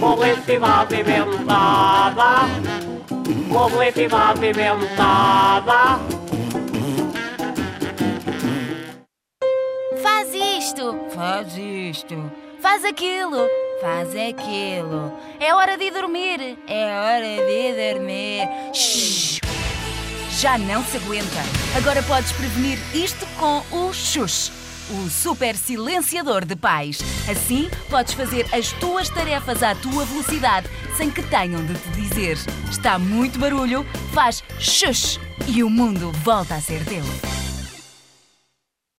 Publicidade inventada. Publicidade inventada. Faz isto, Faz isto. faz aquilo. Faz aquilo. É hora de ir dormir. É hora de dormir. Shhh. Já não se aguenta. Agora podes prevenir isto com o Xux. O super silenciador de pais. Assim, podes fazer as tuas tarefas à tua velocidade, sem que tenham de te dizer. Está muito barulho, faz Xux e o mundo volta a ser teu.